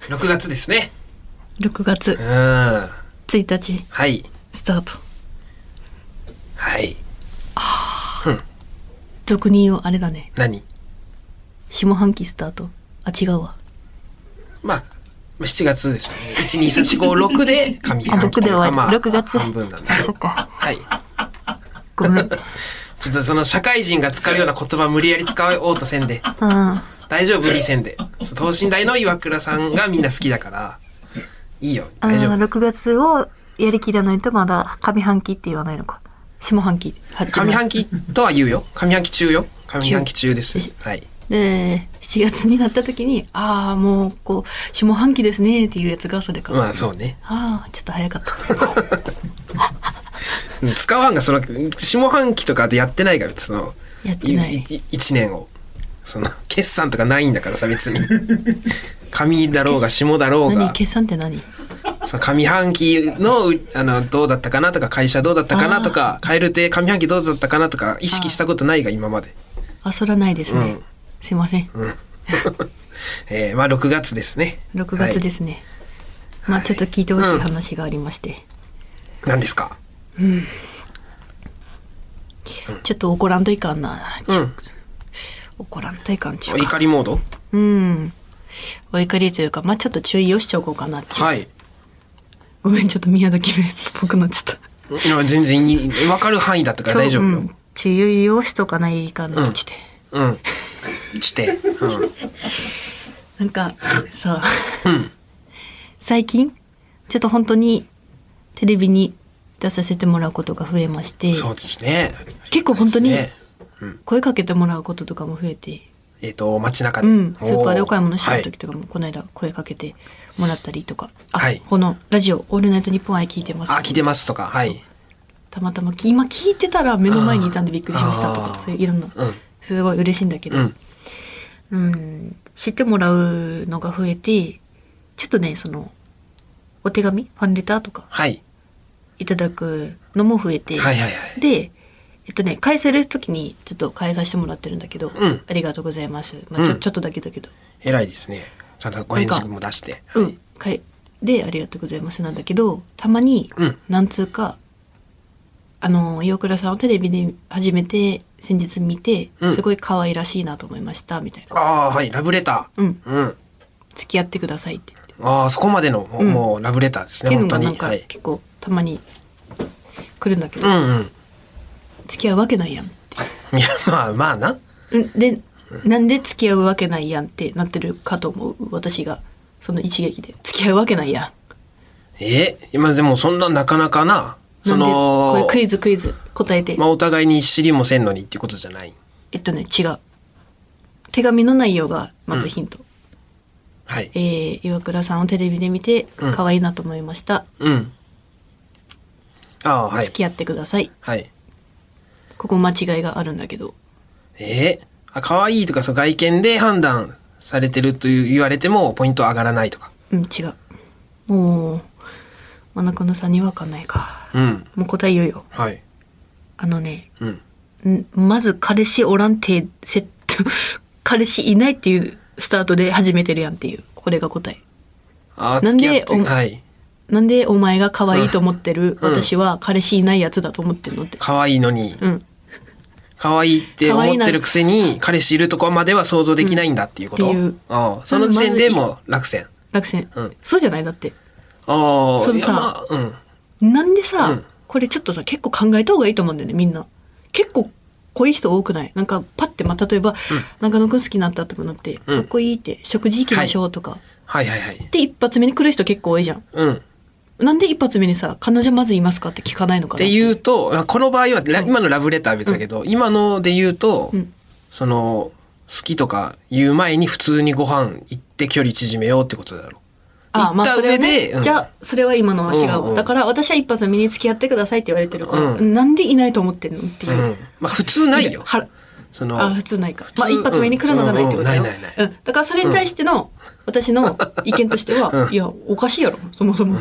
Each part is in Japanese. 6月ですね6月うんは1日いスタートはい俗に言うあれだね何下半期スタートあ違うわまあ7月ですね12345で上あ半期と六いでうか終まわある6月半分なんで そっかはい ごめんちょっとその社会人が使うような言葉無理やり使おうとせんでうん大丈夫理せんでそう等身大の岩倉さんがみんな好きだからいいよあ大丈夫6月をやりきらないとまだ上半期って言わないのか下半期上期半期とは言うよ上半期中よ上半期中ですはいで7月になった時にああもうこう下半期ですねっていうやつがそれか、まあそうねああちょっと早かったうん使わんがその下半期とかでやってないからそのやってない1年をその決算とかないんだからさ別 に上だろうが下だろう何が決算って何その上半期のうあのどうだったかなとか会社どうだったかなとか蛙亭上半期どうだったかなとか意識したことないが今まで、あそらないですね、うんすいませんえーまあ6月ですね、6月ですすね、まあちょっと聞いてほしい話がありまして、はい何ですかちょっと怒らんといかんな、ちょうん怒らんといかんちゅおうか怒りモードうんお怒りというかまあちょっと注意をしちゃおこうかなっていう、はいごめん ちょっと宮崎弁っぽくなっちゃったいや全然いい分かる範囲だったから大丈夫うよん、注意をしとかないかんなうっんて、うんして、なんかさうんうん、最近ちょっと本当にテレビに出させてもらうことが増えましてそうですね結構本当にね声かけてもらうこととかも増えて、えっ、と街中うで、ん、スーパーでお買い物してる時ととかもこの間声かけてもらったりとか、あ、はいこのラジオ「オールナイトニッポン愛」聞いてますあ聞いてますとかはいたまたまき今聞いてたら目の前にいたんでびっくりしましたとあかーそういういろんな、うんすごい嬉しいんだけど、うんうん知ってもらうのが増えてちょっとねそのお手紙ファンレターとかはいいただくのも増えて、はいはいはいでえっとね返せる時にちょっと返させてもらってるんだけど、うんありがとうございます、まあちょうんちょっとだけだけど、偉いですねちゃんとご返信も出してうんかいでありがとうございますなんだけどたまにうん何通か、あの岩倉さんをテレビで初めて先日見て、うんすごい可愛らしいなと思いましたみたいなああはいラブレタ「うんーうん付き合ってください」って言って。ああそこまでのもう,、うんもうラブレターですってねいう本の当がなにんかはい結構たまに来るんだけうど、んうん付き合うわけないやんっていやまあまあなうんでなんで付き合うわけないやんってなってるかと思う私がその一撃で付き合うわけないやんえ今でもそんななかなかなそなんでこれのクイズクイズ答えて、まあお互いに知りもせんのにってことじゃないえっとね違う手紙の内容がまずヒント、はいえー岩倉さんをテレビで見てうん可愛いなと思いました、うんああはい付き合ってくださいはいここ間違いがあるんだけどえー、あ可愛いとかそう外見で判断されてるという言われてもポイント上がらないとかうん違うもう真中野さんには分かんないかうんもう答え言うよはいあのねうんんまず彼氏おらんてセット 彼氏いないっていうスタートで始めてるやんっていうこれが答えあーなんで付き合っておはいなんでお前が可愛いと思ってるうん私は彼氏いないやつだと思ってるのって可愛いのにうんっ可愛いって思ってるくせに彼氏いるとこまでは想像できないんだっていうこと、うんっていうああその時点でもう落選落選、うんそうじゃないだってああそのさいやまあうんなんでさ、うんこれちょっとさ結構考えた方がいいと思うんだよねみんな結構こういう人多くないなんかパッてまあ例えば、中野くん好きになったとかなって、うんかっこいいって食事行きましょうとか、はいはいはいで一発目に来る人結構多いじゃんうんなんで一発目にさ彼女まずいますかって聞かないのかっなていうとまあこの場合はラ今のラブレターは別だけど、今ので言うと、うんその好きとか言う前に普通にご飯行って距離縮めようってことだろあま行っあたそれ上はでね、うんじゃあそれは今のは違うわ、うんうんだから私は一発目に付き合ってくださいって言われてるから、うん、なんでいないと思ってんのっていうう、ん、まあ普通ないよはそのあ普通ないか通まあ一発目に来るのがないってことだよ、うんうんないないなうんだからそれに対しての私の意見としては、いやおかしいやろそもそも、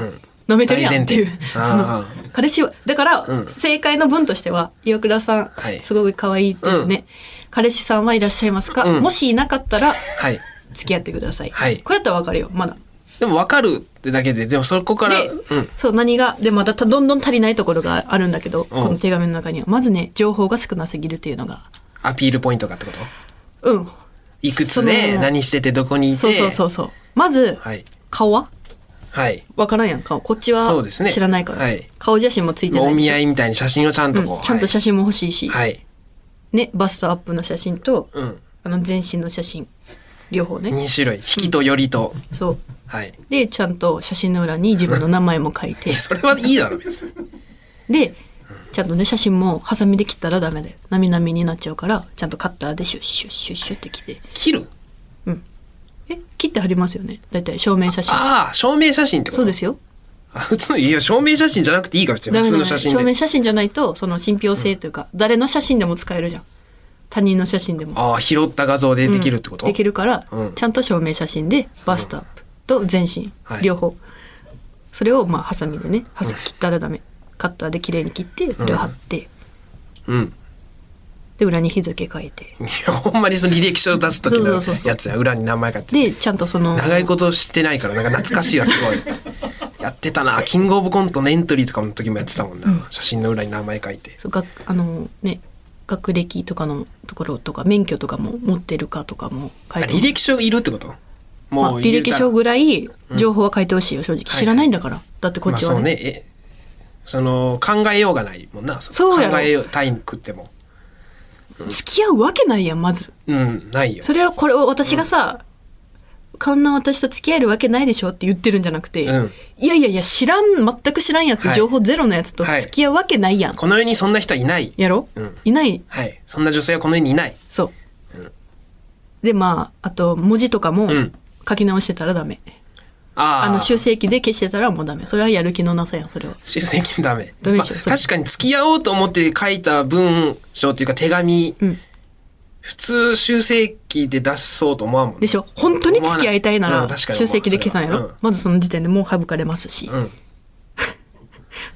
舐めてるやんっていう大前そ提あのあ彼氏はだから、うん正解の文としては岩倉さん、いすごい可愛いですね、彼氏さんはいらっしゃいますか、うんもしいなかったらはい付き合ってください、はいこうやったらわかるよまだでも分かるってだけででもそこから、で、うん、そう何がでまだたどんどん足りないところがあるんだけど、この手紙の中にはまずね情報が少なすぎるっていうのがアピールポイントがってことうんいくつそので何しててどこにいてそうそうそうそうまずはい顔ははいわからんやん顔こっちそはうですね知らないから、はい顔写真もついてまあないお見し合いみたいに写真をちゃんとこう、うん、ちゃんと写真も欲しいし、はい、はいねバストアップの写真とうん、あの全身の写真両方ね2種類引きと寄りと、そうはいでちゃんと写真の裏に自分の名前も書いてえそれはいいだろ別にでちゃんとね写真もハサミで切ったらダメだよなみなみになっちゃうからちゃんとカッターでシュッシュッシュッシュッって切って切るえ切って貼りますよねだいたい正面写真ああ証明写真ってことそうですよあ普通のいや証明写真じゃなくていいから別にダ普通のメダメ写正真面で写真じゃないとその信憑性というか、誰の写真でも使えるじゃん他人の写真でもああ拾った画像でできるってこと、できるから、うんちゃんと証明写真でバストアップと全身、はい両方それをまあハサミでねハサミ切ったらダメカッターで綺麗に切ってそれを貼って、うんで裏に日付書いていやほんまにその履歴書を出す時そのうそうそうそうやつや裏に名前書いてでちゃんとその長いことしてないからなんか懐かしいわすごいやってたなキングオブコントのエントリーとかの時もやってたもんな、写真の裏に名前書いてそう学あのね学歴とかのところとか免許とかも持ってるかとかもあ書いて履歴書いるってことまあもう履言う歴たら書ぐらい情報は書いてほしいよ正直、知らないんだからだってこっちはまあ、そうね,、ねえその考えようがないもんなそうやろ考えようタイム食っても付き合うわけないやんまずうんないよそれはこれを私がさ、こんな私と付き合えるわけないでしょって言ってるんじゃなくて、うんいやいやいや知らん全く知らんやつ、はい情報ゼロのやつとはい付き合うわけないやん、この世にそんな人はいないやろ、うんいないはいそんな女性はこの世にいないそう、でまああと文字とかもん書き直してたらダメ、あああの修正機で消してたらもうダメそれはやる気のなさやんそれは修正金ダメダメでしょまあそれ確かに付き合おうと思って書いた文章っていうか手紙、うん普通修正機で出そうと思わんもんねでしょ本当に付き合いたいな思わらないうん確かに修正機で消さんやろ、うんまずその時点でもう省かれますし、ん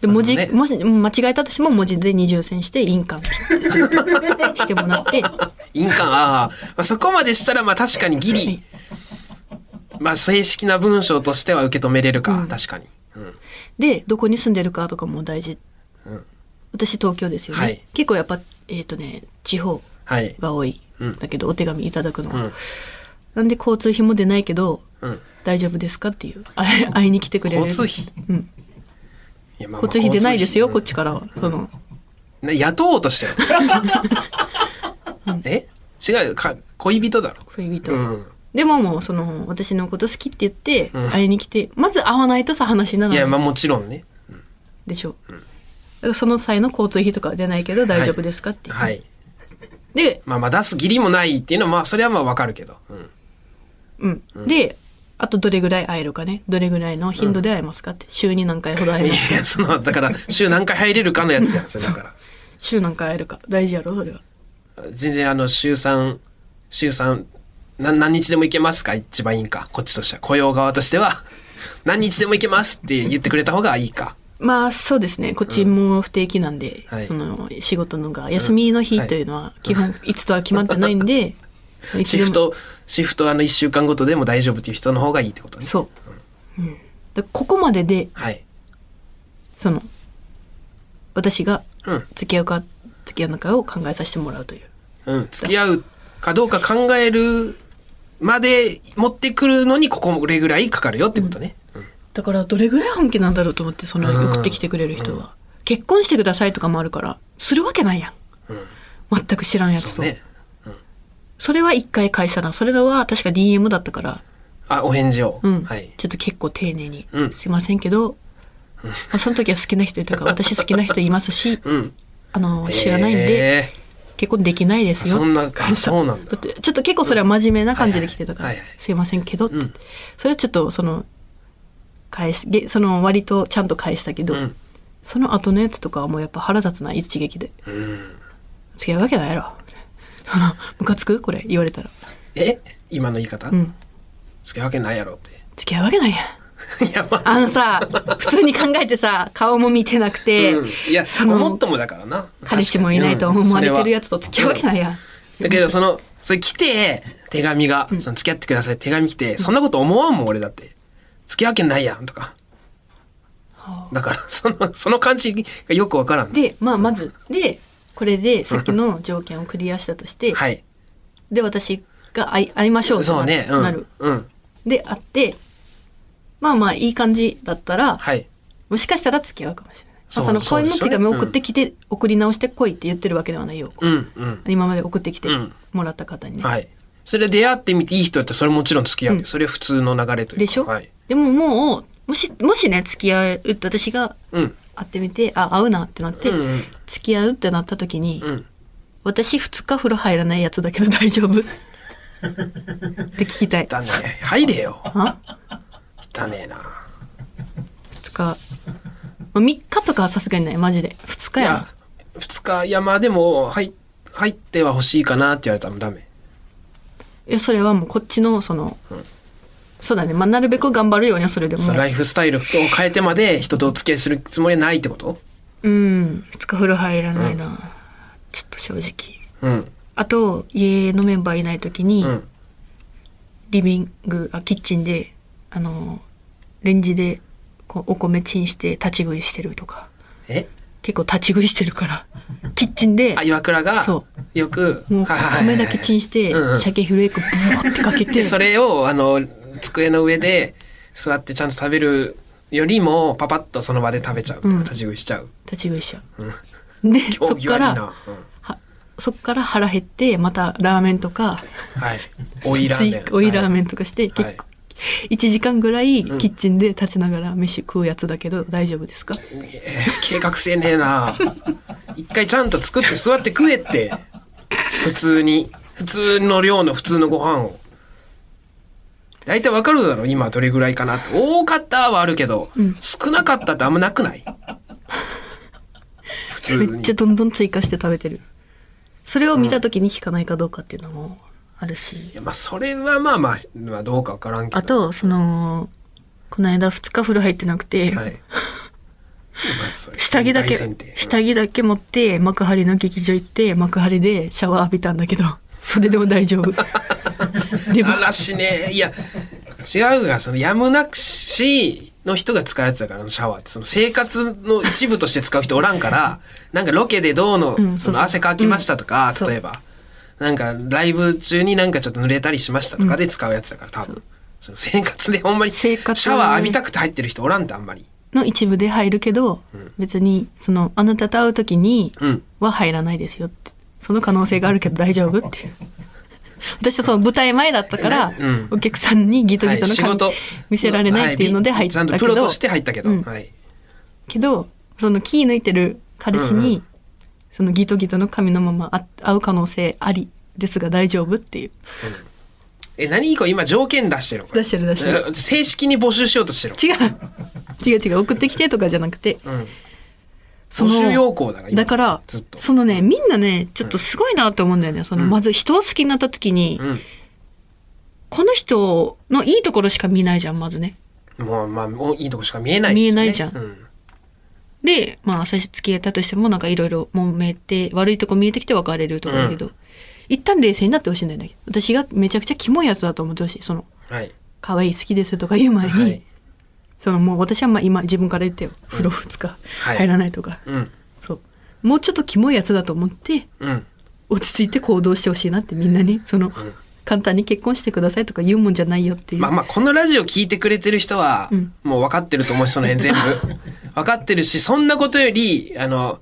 で文字、まあそうねもし間違えたとしても文字で二重線して印鑑してもら って印鑑ああ、まあ、そこまでしたらまあ確かにギリ、まあ正式な文章としては受け止めれるか、確かに、うん、でどこに住んでるかとかも大事、私東京ですよね、はい結構やっぱえっ、とね地方はいが多い、うんだけどお手紙いただくのは、うんなんで交通費も出ないけど、うん大丈夫ですかっていうあれ会いに来てくれる交通費、うん、いやまあまあ交通費出ないですよ、こっちちからは、その雇おうとして るえ違うよか恋人だろ恋人、うんでももうその私のこと好きって言って会いに来て、まず会わないとさ話にないらやまなあいもちろんねでしょ、だからその際の交通費とかは出ないけど大丈夫ですかっていう、はいでまあまあ出す義理もないっていうのはまあそれはまあわかるけど、うん、うん、であとどれぐらい会えるかねどれぐらいの頻度で会えますかって、週に何回ほど会えいますやそのだから週何回入れるかのやつやんそれだか週何回会えるか大事やろそれはら全然あの週3週3な何日でも行けますか一番いいんかこっちとしては雇用側としては何日でも行けますって言ってくれた方がいいかまあそうですねこっちも不定期なんで、はいその仕事のが休みの日というのは基本いつとは決まってないんで、いつシでもフトシフトあの1週間ごとでも大丈夫っていう人の方がいいってことねそう、うん、でここまでではいその私がうん付き合うか付き合わないかを考えさせてもらうといううん、付き合うかどうか考えるまで持ってくるのにここれぐらいかかるよってことね。うんだからどれぐらい本気なんだろうと思ってそのうん送ってきてくれる人は、結婚してくださいとかもあるからするわけないやん、全く知らんやつそとうね。それは一回返したなそれは確か DM だったから、あ、お返事を。うんはい。ちょっと結構丁寧に、うんすいませんけど、まあ、その時は好きな人いたから私好きな人いますし、うん。あ の知らないんで、え結婚できないですよそんなって返したあそうなんだってちょっと結構それは真面目な感じで来てたから、はいはいはいすいませんけどって、うんそれはちょっとその返しげその割とちゃんと返したけど、んその後のやつとかはもうやっぱ腹立つな一撃でーうん。付き合うわけないやろ そのムカつくこれ言われたらえ今の言い方、ん付き合うわけないやろって。付き合うわけないや んいや、まあ。あのさ普通に考えてさ顔も見てなくて、うん、いや、そそこのもっともだからな。。彼氏もいないと思われてるやつと付き合うわけないいやんうんだけど、その、それ来て、手紙が、その付き合ってください、手紙来て、そんなこと思わんもん、俺だって。き合うけんないやんとかはだから そのその感じがよくわからんでまあまずでこれでさっきの条件をクリアしたとして、はいで私が会い会いましょうとそうなねうんなるうんで会ってまあまあいい感じだったらはいもしかしたら付き合うかもしれない。そうまあ、そそうので恋すのよね手紙を送ってきて、送り直して来いって言ってるわけではないよ。うんうん今まで送ってきてうんもらった方にね。はいそれで出会ってみていい人だってそれもちろん付き合うけど、うんそれ普通の流れというかでしょ、はいでももうもしもしね付き合うって私がうん会ってみてあ会うなってなって、うんうん付き合うってなった時に、うん私2日風呂入らないやつだけど大丈 夫って聞きたい。だね入れよあ汚ねえな2日、まあ、3日とかはさすがにないマジで2日いややな2日いやまあでも入入っては欲しいかなって言われたらもうダメいやそれはもうこっちのその、そうだね、まあ、なるべく頑張るようにはそれでもそのライフスタイルを変えてまで人とお付き合いするつもりはないってことうん2日風呂入らないな、ちょっと正直うんあと家のメンバーいない時に、うんリビングあキッチンであのレンジでこうお米チンして立ち食いしてるとかえ結構立ち食いして るからキッチンであ岩倉がそよくもうはいはいはいはい米だけチンしてうんうん鮭フレークブワーってか けてでそれをあの机の上で座ってちゃんと食べるよりもパパッとその場で食べちゃうとか、うん立ち食いしちゃう立ち食いしちゃう。でそっ行儀か悪いらなうんはそっから腹減ってまたラーメンとかはいオイラーメン追追いラーンメンとかして、はい結構1時間ぐらいんキッチンで立ちながら飯食うやつだけど大丈夫ですか、えー計画性ねえな一回ちゃんと作って座って食えって普通に普通の量の普通のご飯を大体わかるだろ今どれぐらいかなって多かったはあるけど、少なかったってあんまなくない普通にめっちゃどんどん追加して食べてるそれを見た時に引かないかどうかっていうのもあるし、いやまあそれはまあまあ、まあ、どうかわからんけどあとそのこの間2日風呂入ってなくて、 はい。まあそれ下着だけ大前提下着だけ持って幕張の劇場行って幕張でシャワー浴びたんだけど それでも大丈 夫でも嵐ねいや違うがそのやむなくしの人が使うやつだからあのシャワーってその生活の一部として使う人おらん からなんかロケでどうの,、うんそうそうその汗かきましたとか、うん例えばなんかライブ中になんかちょっと濡れたりしましたとかで使うやつだから多分、その生活でほんまにシ生活ャワー浴びたくて入ってる人おらんってあんまりの一部で入るけど、別にそのあなたと会う時にうんは入らないですよってその可能性があるけど大丈夫 っていう私はその舞台前だったから、うんお客さんにギトはギいトの仕感事見せられないっていうので入ったはけちど、ゃんとプロとして入ったけど、うんはいけどその気抜いてる彼氏に、そのギトギトの髪のままあ会う可能性ありですが大丈夫っていうえ何以降今条件出してるのこれ出してる出してるえ正式に募集しようとしてる 違う違う違う送ってきてとかじゃなくての、うん、その募集要項だから今だからずっとそのねみんなねちょっとすごいなと思うんだよね、そのまず人を好きになった時に、うこの人のいいところしか見ないじゃんまずねんもうまあもういいとこしか見えないですよね見えないじゃんうんでまあ最初付き合ったとしてもなんかいろいろ揉めて悪いとこ見えてきて別れるとかだけど、一旦冷静になってほしいんだよね私がめちゃくちゃキモいやつだと思ってほしいそのはい可愛い好きですとか言う前に、はいそのもう私はまあ今自分から言ってよ風呂2日はい入らないとか、うんそうもうちょっとキモいやつだと思ってうん落ち着いて行動してほしいなってみんなにその簡単に結婚してくださいとか言うもんじゃないよっていう、まあまあこのラジオ聞いてくれてる人は、うんもう分かってると思うしその辺全部 分かってるしそんなことよりあの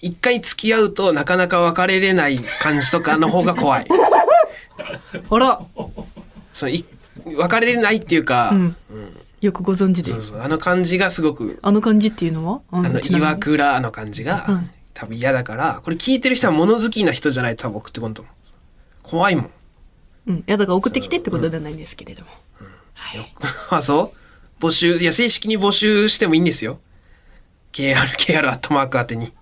一回付き合うとなかなか別れれない感じとかの方が怖 いあら、そのい別れれないっていうか、うん、よくご存知でそうそうあの感じがすごくあの感じっていうのはああのちなみに岩倉の感じが、うん多分嫌だからこれ聞いてる人は物好きな人じゃないと多分送ってこんと思う怖いもんうん、いやだから送ってきてってことではないんですけれども、はい、 あ、そう募集、いや、正式に募集してもいいんですよ。KR、KR アットマーク宛てに。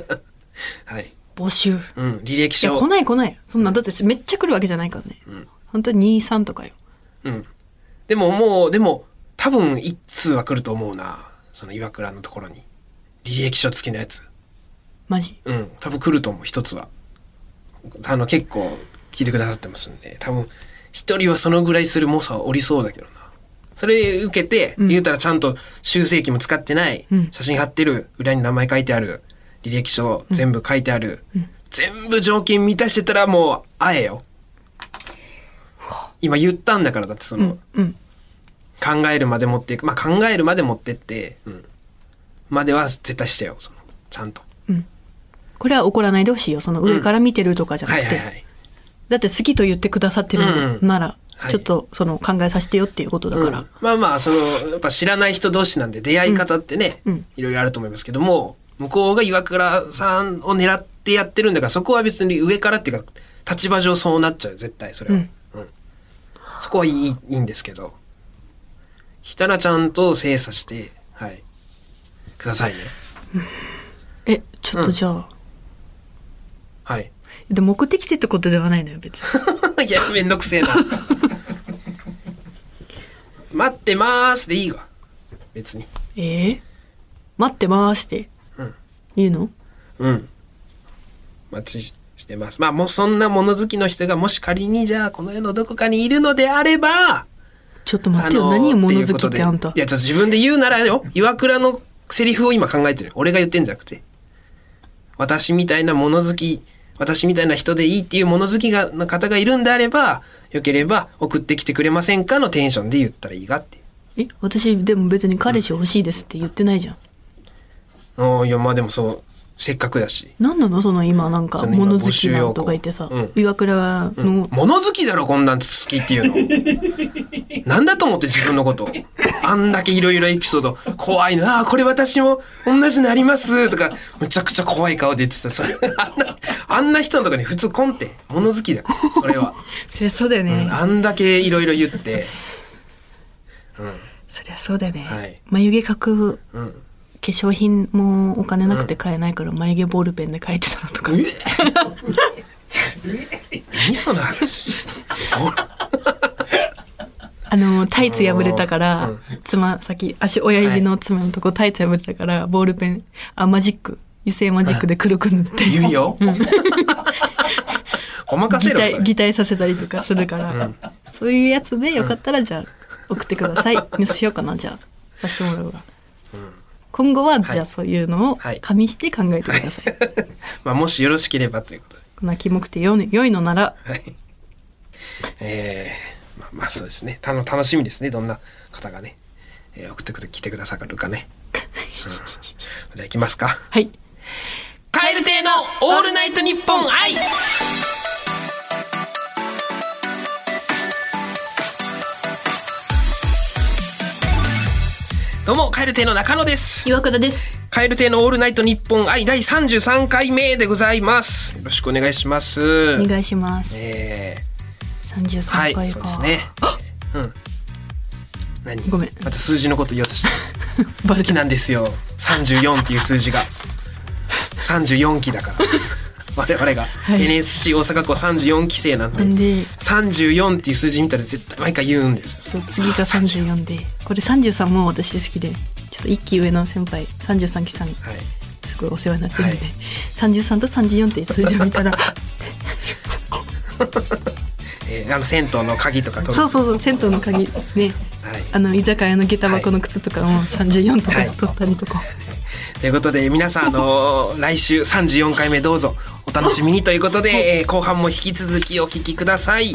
はい。募集いうん、履歴や書。来ない来ないそんなだってめっちゃ来るわけじゃないからね、本当に23とかようん。でももう、でも、多分、一通は来ると思うな。その岩倉のところに。履歴書付きのやつ。マジうん、多分来ると思う、一つは。あの、結構、聞いてくださってますんで、多分、一人はそのぐらいする猛者はおりそうだけどな。それ受けて、言うたらちゃんと修正機も使ってない、うん写真貼ってる裏に名前書いてある履歴書全部書いてある、全部条件満たしてたらもう会えよ今言ったんだからだってその、うん。考えるまで持っていくまあ考えるまで持ってって、うんまでは絶対してよそのちゃんとこれは怒らないでほしいよ。その上から見てるとかじゃなはくいて。はいはいだって好きと言ってくださってるなら、はいちょっとその考えさせてよっていうことだから。うんまあまあそのやっぱ知らない人同士なんで出会い方ってね、うんうんいろいろあると思いますけども向こうが岩倉さんを狙ってやってるんだからそこは別に上からっていうか立場上そうなっちゃう絶対それは、うんうんそこはいいいいんですけどたらちゃんと精査してはいくださいねえ、ちょっとじゃあ、はい で目的ってってことではないのよ、別に。いや、めんどくせえ な。待ってまーすでいいわ。別に。 えー待ってまーして。うん言うのうん。待ちしてます。まあ、もうそんな物好きの人が、もし仮にじゃあ、この世のどこかにいるのであれば、ちょっと待ってよ。あのー何よ、物好きとっでてあんたい。や、ちょっと自分で言うならよ、岩倉のセリフを今考えてる。俺が言ってんじゃなくて。私みたいな物好き、私みたいな人でいいっていう物好きがの方がいるんであれば、よければ送ってきてくれませんかのテンションで言ったらいいがっていう。え、私でも別に彼氏欲しいですって言ってないじゃん。ああいやまあでもそうせっかくだし、何なのその今なんかその今物好きなんとか言ってさ、募集要項岩倉うの、物好きだろこんなん好きっていう のなんだと思って自分のことあんだけいろいろエピソード怖いのああこれ私も同じのありますとかむちゃくちゃ怖い顔で言ってたそれあんなあんな人のとこに普通コンって物好きだからそれは、そりゃそうだよね、うんあんだけいろいろ言ってそりゃそうだよね、はい眉毛描くうん化粧品もお金なくて買えないから眉毛ボールペンで描いてたのとか、え何その話あのタイツ破れたから、つま先足親指の爪のとこ、タイツ破れたからボールペンあマジック油性マジックで黒く塗って、指を ごまかせ擬ろそ態れ擬態させたりとかするから、そういうやつでよかったらじゃあ送ってくだ さいにしようかなじゃあさせてもらうわ、今後はじゃあそういうのをはい加味して考えてください、まあもしよろしければということでこんなキモくてよ良いのならはい。えー、まあまあそうですね。たの楽しみですね。どんな方がね、えー送ってくて来てくださるかね。うんじゃあ行きますか。はいカエル亭のオールナイトニッポン愛。どうも、カエル亭の中野です。岩倉ですカエル亭のオールナイトニッポン愛第33回目でございます。よろしくお願いします。お願いしますえー三十は三い、回そうか、ですね。うん。何？ごめんまた数字のこと言おうとした。 好バレきたなんですよ。三十四っていう数字 が。三十四期だから。我々がい NSC 大阪校三十四期生なんでなん。で三十四っていう数字見たら絶対毎回言うんですよ。そう次が三十四でこれ三十三も私好きでちょっと一期上の先輩三十三期さんはい。すごいお世話になってるんで、はい33と34っていう数字を 見たらえーあの銭湯の鍵とか取る。そうそうそう銭湯の鍵ねはい。あの居酒屋の下駄箱の靴とかも34とはいか取ったりとか、ということで皆さんあのー来週34回目どうぞお楽しみにということで、えー後半も引き続きお聞きください。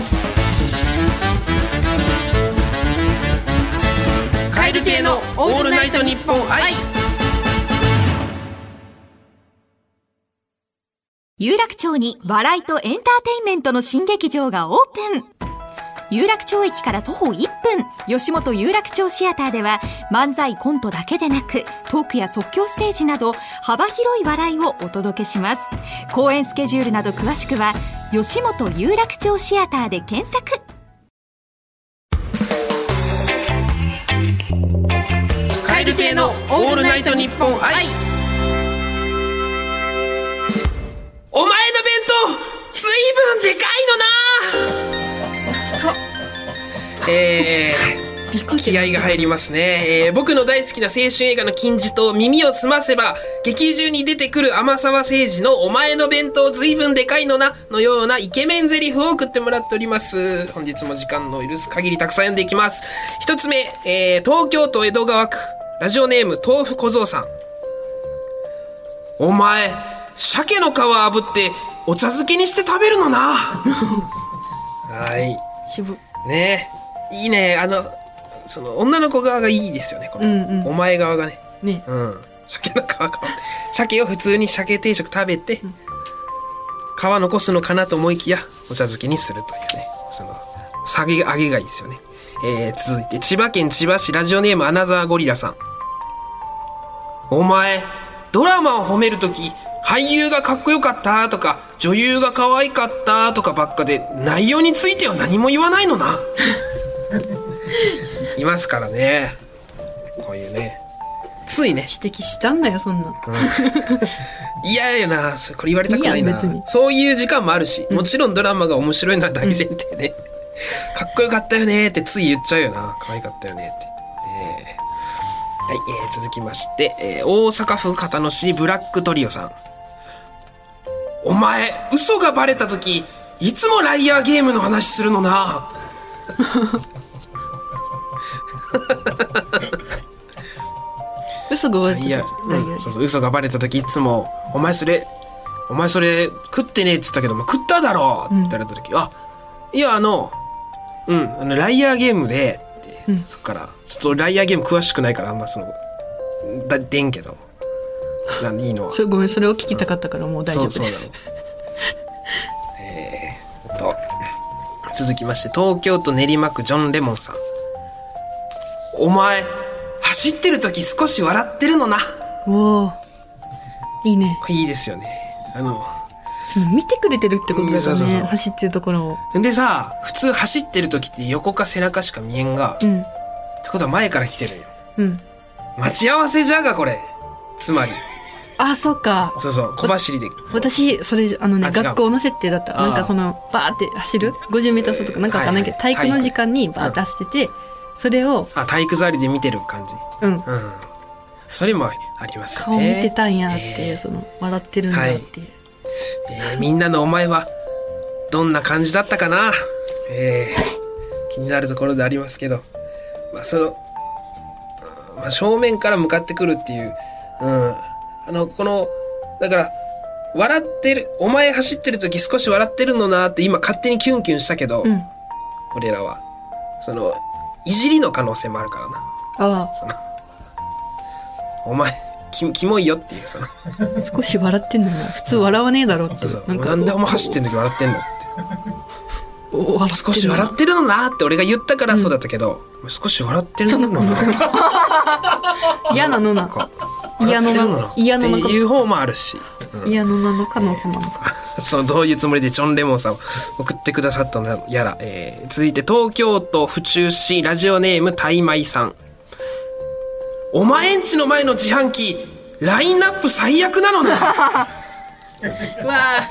カエル亭のオールナイトニッポン愛。有楽町に笑いとエンターテインメントの新劇場がオープン有楽町駅から徒歩1分吉本有楽町シアターでは漫才コントだけでなくトークや即興ステージなど幅広い笑いをお届けします公演スケジュールなど詳しくは吉本有楽町シアターで検索カエル亭のオールナイトニッポン愛。お前の弁当ずいぶんでかいのな。えーびっくり気合が入りますね、えー僕の大好きな青春映画の金字塔「耳をすませば」劇中に出てくる天沢誠二の「お前の弁当ずいぶんでかいのな」のようなイケメンゼリフを送ってもらっております本日も時間の許す限りたくさん読んでいきます一つ目、えー東京都江戸川区ラジオネーム豆腐小僧さんお前鮭の皮炙ってお茶漬けにして食べるのなはい渋ねえいいねあのその女の子側がいいですよねこの、うんうんお前側がねねうん鮭の皮か鮭を普通に鮭定食食べて、皮残すのかなと思いきやお茶漬けにするというねその下げ上げがいいですよねえー、続いて千葉県千葉市ラジオネームアナザーゴリラさんお前ドラマを褒めるとき俳優がかっこよかったとか女優が可愛かったとかばっかで内容については何も言わないの ないますからねこういうねついね指摘したんだよそんな嫌やなそれこれ言われたくないいいやなん別にそういう時間もあるし、もちろんドラマが面白いのは大前提ね、 かっこよかったよねってつい言っちゃうよな可愛かったよねって、えーはい、えー続きまして、えー大阪府交野市ブラックトリオさんお前嘘がバレた時いつもライアーゲームの話するのな嘘が終いわやった時、うんそうそう嘘がバレた時いつも「お前それお前それ食ってねえ」っつったけど「まあ食っただろ!」って言われた時「あいやあのうんあのライアーゲームで」って、うんそっからちょっとライアーゲーム詳しくないからあんまそのだでんけどないいのはそれごめんそれを聞きたかったからもう大丈夫そうでそすう なのえーっと続きまして東京都練馬区ジョン・レモンさんお前走ってる時少し笑ってるのなうわあいいねこれいいですよねあのその見てくれてるってことうんだそかうらそうそうね走ってるところをでさ普通走ってる時って横か背中しか見えんが、うっんてことは前から来てるんようん待ち合わせじゃがこれつまりあそうかそうそう小走りで私それあのあね違う学校の設定だったああなんかそのバーって走る 50m 走とかなんかわかんないけどはい体はい育の時間にバーって走っててそれをあ体育座りで見てる感じうんうんそれもありますね顔見てたんやってえいーうその笑ってるんだっていうえーみんなのお前はどんな感じだったかなえー気になるところでありますけど、まあ、その、あーまあ、正面から向かってくるっていう、うん、あの、この、だから、笑ってる、お前走ってる時少し笑ってるのなって今勝手にキュンキュンしたけど、うん俺らは、その、いじりの可能性もあるからな。あお前、キキモいよっていう、その、あ少し笑ってんのに普通笑わねえだろってそうそうなんかなんでお前走ってん時笑ってんのって。おお笑少し笑ってるのなって俺が言ったからそうだったけど、少し笑ってるのな嫌なのななんか嫌のなの笑って嫌るののななっていう方もあるし、嫌のなの可能性なのかそのどういうつもりでジョン・レモンさんを送ってくださったのやら、えー続いて東京都府中市ラジオネームたいまいさんお前んちの前の自販機ラインナップ最悪なのなうわあ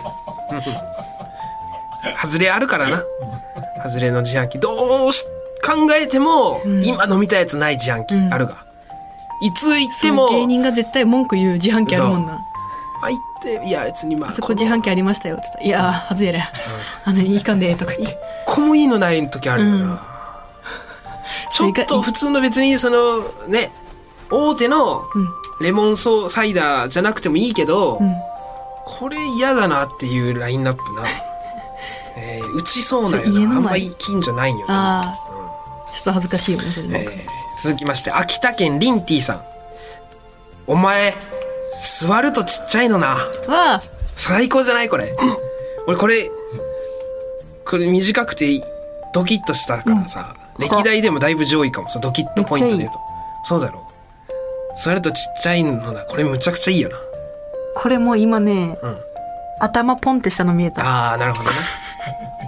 外れあるからな外れの自販機どうし考えても、今飲みたいやつない自販機あるが、いつ行ってでもも芸人が絶対文句言う自販機あるもんな入っていや別にまあそこ自販機ありましたよって言ったら「いやー外れや、あのいいかんで」とか言ってここもいいのない時あるよな、 ちょっと普通の別にそのね大手のうんレモンソーサイダーじゃなくてもいいけど、うんこれ嫌だなっていうラインナッ プな、えー打ちそうなよそう家なあの前んまり近所ないんよなああちょっと恥ずかしいよねそれなんかえー続きまして秋田県リンティさんお前座るとちっちゃいのなわあ最高じゃないこれ俺これこれ短くてドキッとしたからさ、歴代でもだいぶ上位かもそのドキッとポイントで言うとそうだろうそれとちっちゃいのだこれむちゃくちゃいいよなこれもう今ね、ん頭ポンってしたの見えたああなる ほどね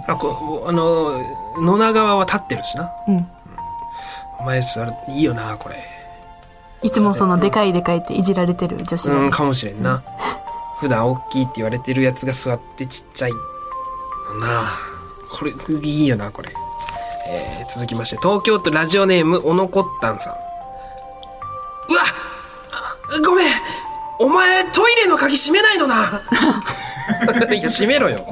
あこあの野永川は立ってるしなうんお前それいいよなこれいつもそのでかいでかいっていじられてる女子が、うんかもしれんな普段大きいって言われてるやつが座ってちっちゃいのなこれいいよなこれ、えー続きまして東京都ラジオネームおのこったんさんうわあごめんお前トイレの鍵閉めないの ないや閉めろよ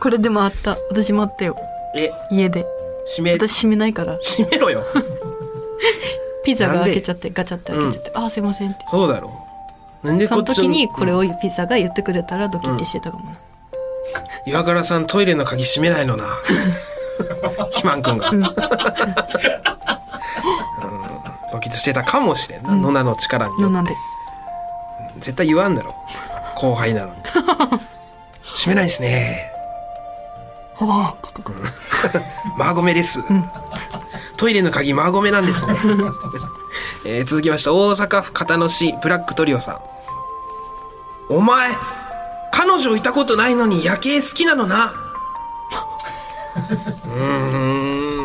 これでもあった私もあったよえ家で閉め私閉めないから閉めろよピザながんで開けちゃってガチャって開けちゃって、ああすいませんってそうだろなんでそこのっち時にこれををピザが言ってくれたらドキッてしてたかもな、岩倉さんトイレの鍵閉めないの な肥満くんが、うん、ドキッとしてたかもしれんな、野菜の力によのってなんで絶対言わんだろ後輩なのに閉めないですねほらって言ってくるマーゴメです、トイレの鍵マーゴメなんです ね、えー続きまして大阪府交野市ブラックトリオさんお前彼女いたことないのに夜景好きなのな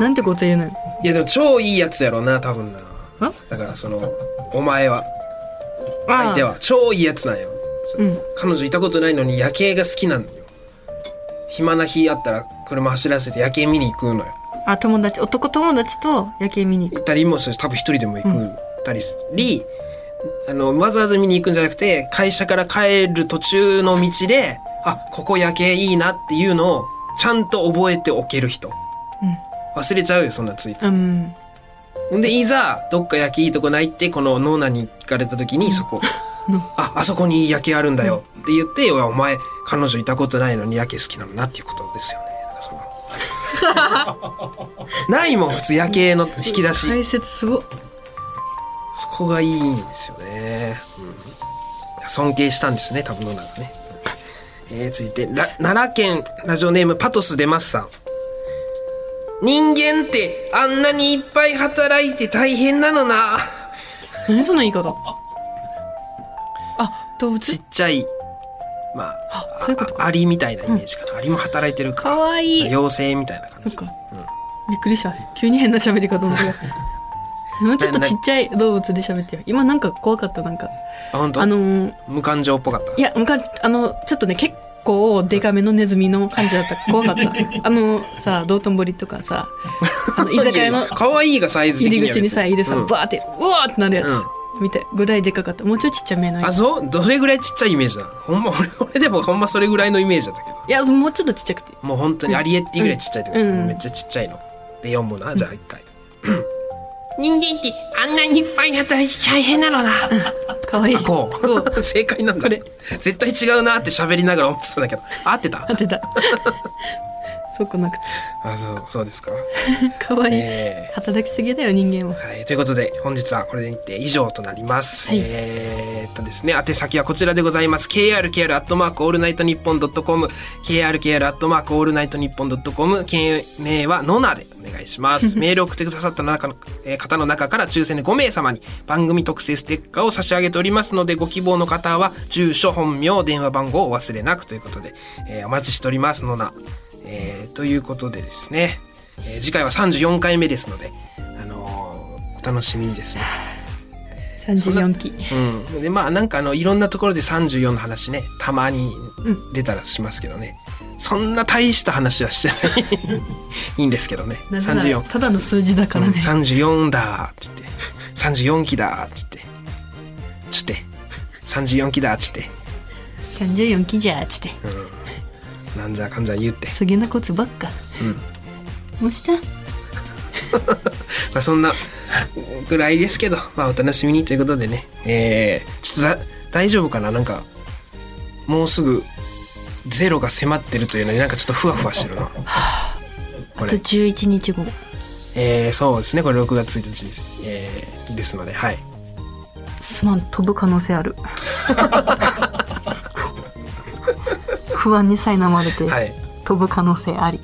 なんてこと言うのよいやでも超いいやつやろうな多分なんだからそのお前はああ相手は超いいやつなんよ、うん彼女いたことないのに夜景が好きなんだよ暇な日あったら車走らせて夜景見に行くのよあ友達男友達と夜景見に行行くったりもするし多分一人でも行くたりすり、あのわざわざ見に行くんじゃなくて会社から帰る途中の道であここ夜景いいなっていうのをちゃんと覚えておける人、忘れちゃうよそんなツイートうんほんで、いざ、どっか夜景いいとこないって、このノーナに聞かれた時に、そこ、あ、あそこに夜景あるんだよって言って、いやお前、彼女いたことないのに夜景好きなのなっていうことですよね。なんかそのないもん、普通夜景の引き出し。解説すごっそこがいいんですよね。うん、尊敬したんですね、多分野永ね。えー、続いて、ら奈良県ラジオネームパトス出ますさん。人間ってあんなにいっぱい働いて大変なのな。何その言い方あ動ち物っちゃい、まあ、あそういうことかアリみたいなイメージかな。アリも働いてるか。かわいい妖精みたいな感なんじ。か、びっくりした急に変な喋り方思い 出したもうちょっとちっちゃい動物で喋ってよ今なんか怖かったなんかあ、本当あのー無感情っぽかった。いや昔あのちょっとね結構デカめのネズミの感じだ った怖かったあのさ道頓堀とかさ あの居酒屋の可愛いがサイズ的入はり口にさいるさ、うんバーってうわーってなるやつ、みたいぐらいでかかったもうちょいちっちゃめのやあ、つそうどれぐらいちっちゃいイメージだほんま、俺、俺でもほんまそれぐらいのイメージだったけど。いやもうちょっとちっちゃくてもう本当にアリエッティぐらいちっちゃいってこと、うんめっちゃちっちゃいの。で、読むな、じゃあ一回。人間ってあんなにいっぱい働いて大変なのな。かわいいあ、ここうう。 正解なんだ。これ絶対違うなって喋りながら思ってたんだけど。合ってた当 てたそうこなくてあ、そう、そうですか。かわいい、え働きすぎだよ人間はーはい、ということで本日はこれでいって以上となります、はいえーっとですね宛先はこちらでございます krkr アットマークオールナイトニッポンドットコム krkr アットマークオールナイトニッポンドットコム件名はノナでお願いしますメールを送ってくださった中の、えー方の中から抽選で5名様に番組特製ステッカーを差し上げておりますのでご希望の方は住所本名電話番号をお忘れなくということで、えーお待ちしておりますノナ、えーということでですね、えー次回は34回目ですのであのーお楽しみにですね。 34期うん、でまあなんかあのいろんなところで34の話ねたまに出たらしますけどね、そんな大した話はしてない いいんですけどねなぜなら34ただの数字だからね、 34だーって言って34期だーって言ってちょって34期だーって言っ34期じゃあちててなんじゃかんじゃ言って、そげなコツばっか、もうしたまあ、そんなぐらいですけど、まあ、お楽しみにということでねえー、ちょっとだ大丈夫かななんかもうすぐゼロが迫ってるというのになんかちょっとふわふわしてるな。こあれと11日後えー、そうですねこれ6月1日です,、えーですのではいすまん飛ぶ可能性あ る不安に苛まれて、はい飛ぶ可能性あり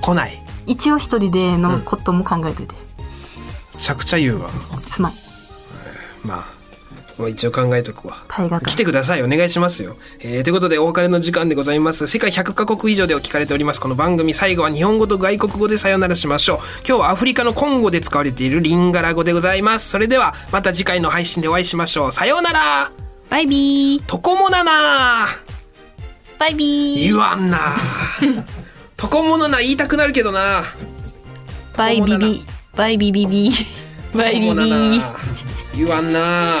来ない一応一人でのことも考えといて、めちゃくちゃ言うわすまんまあもう一応考えとくわ大学来てくださいお願いしますよ、えーということでお別れの時間でございます世界100カ国以上でお聞かれておりますこの番組最後は日本語と外国語でさよならしましょう今日はアフリカのコンゴで使われているリンガラ語でございますそれではまた次回の配信でお会いしましょうさようならバイビーとこもななバイビー言わんなとこもなな言いたくなるけどなバイビビバイビビビバイビビ言わんなあ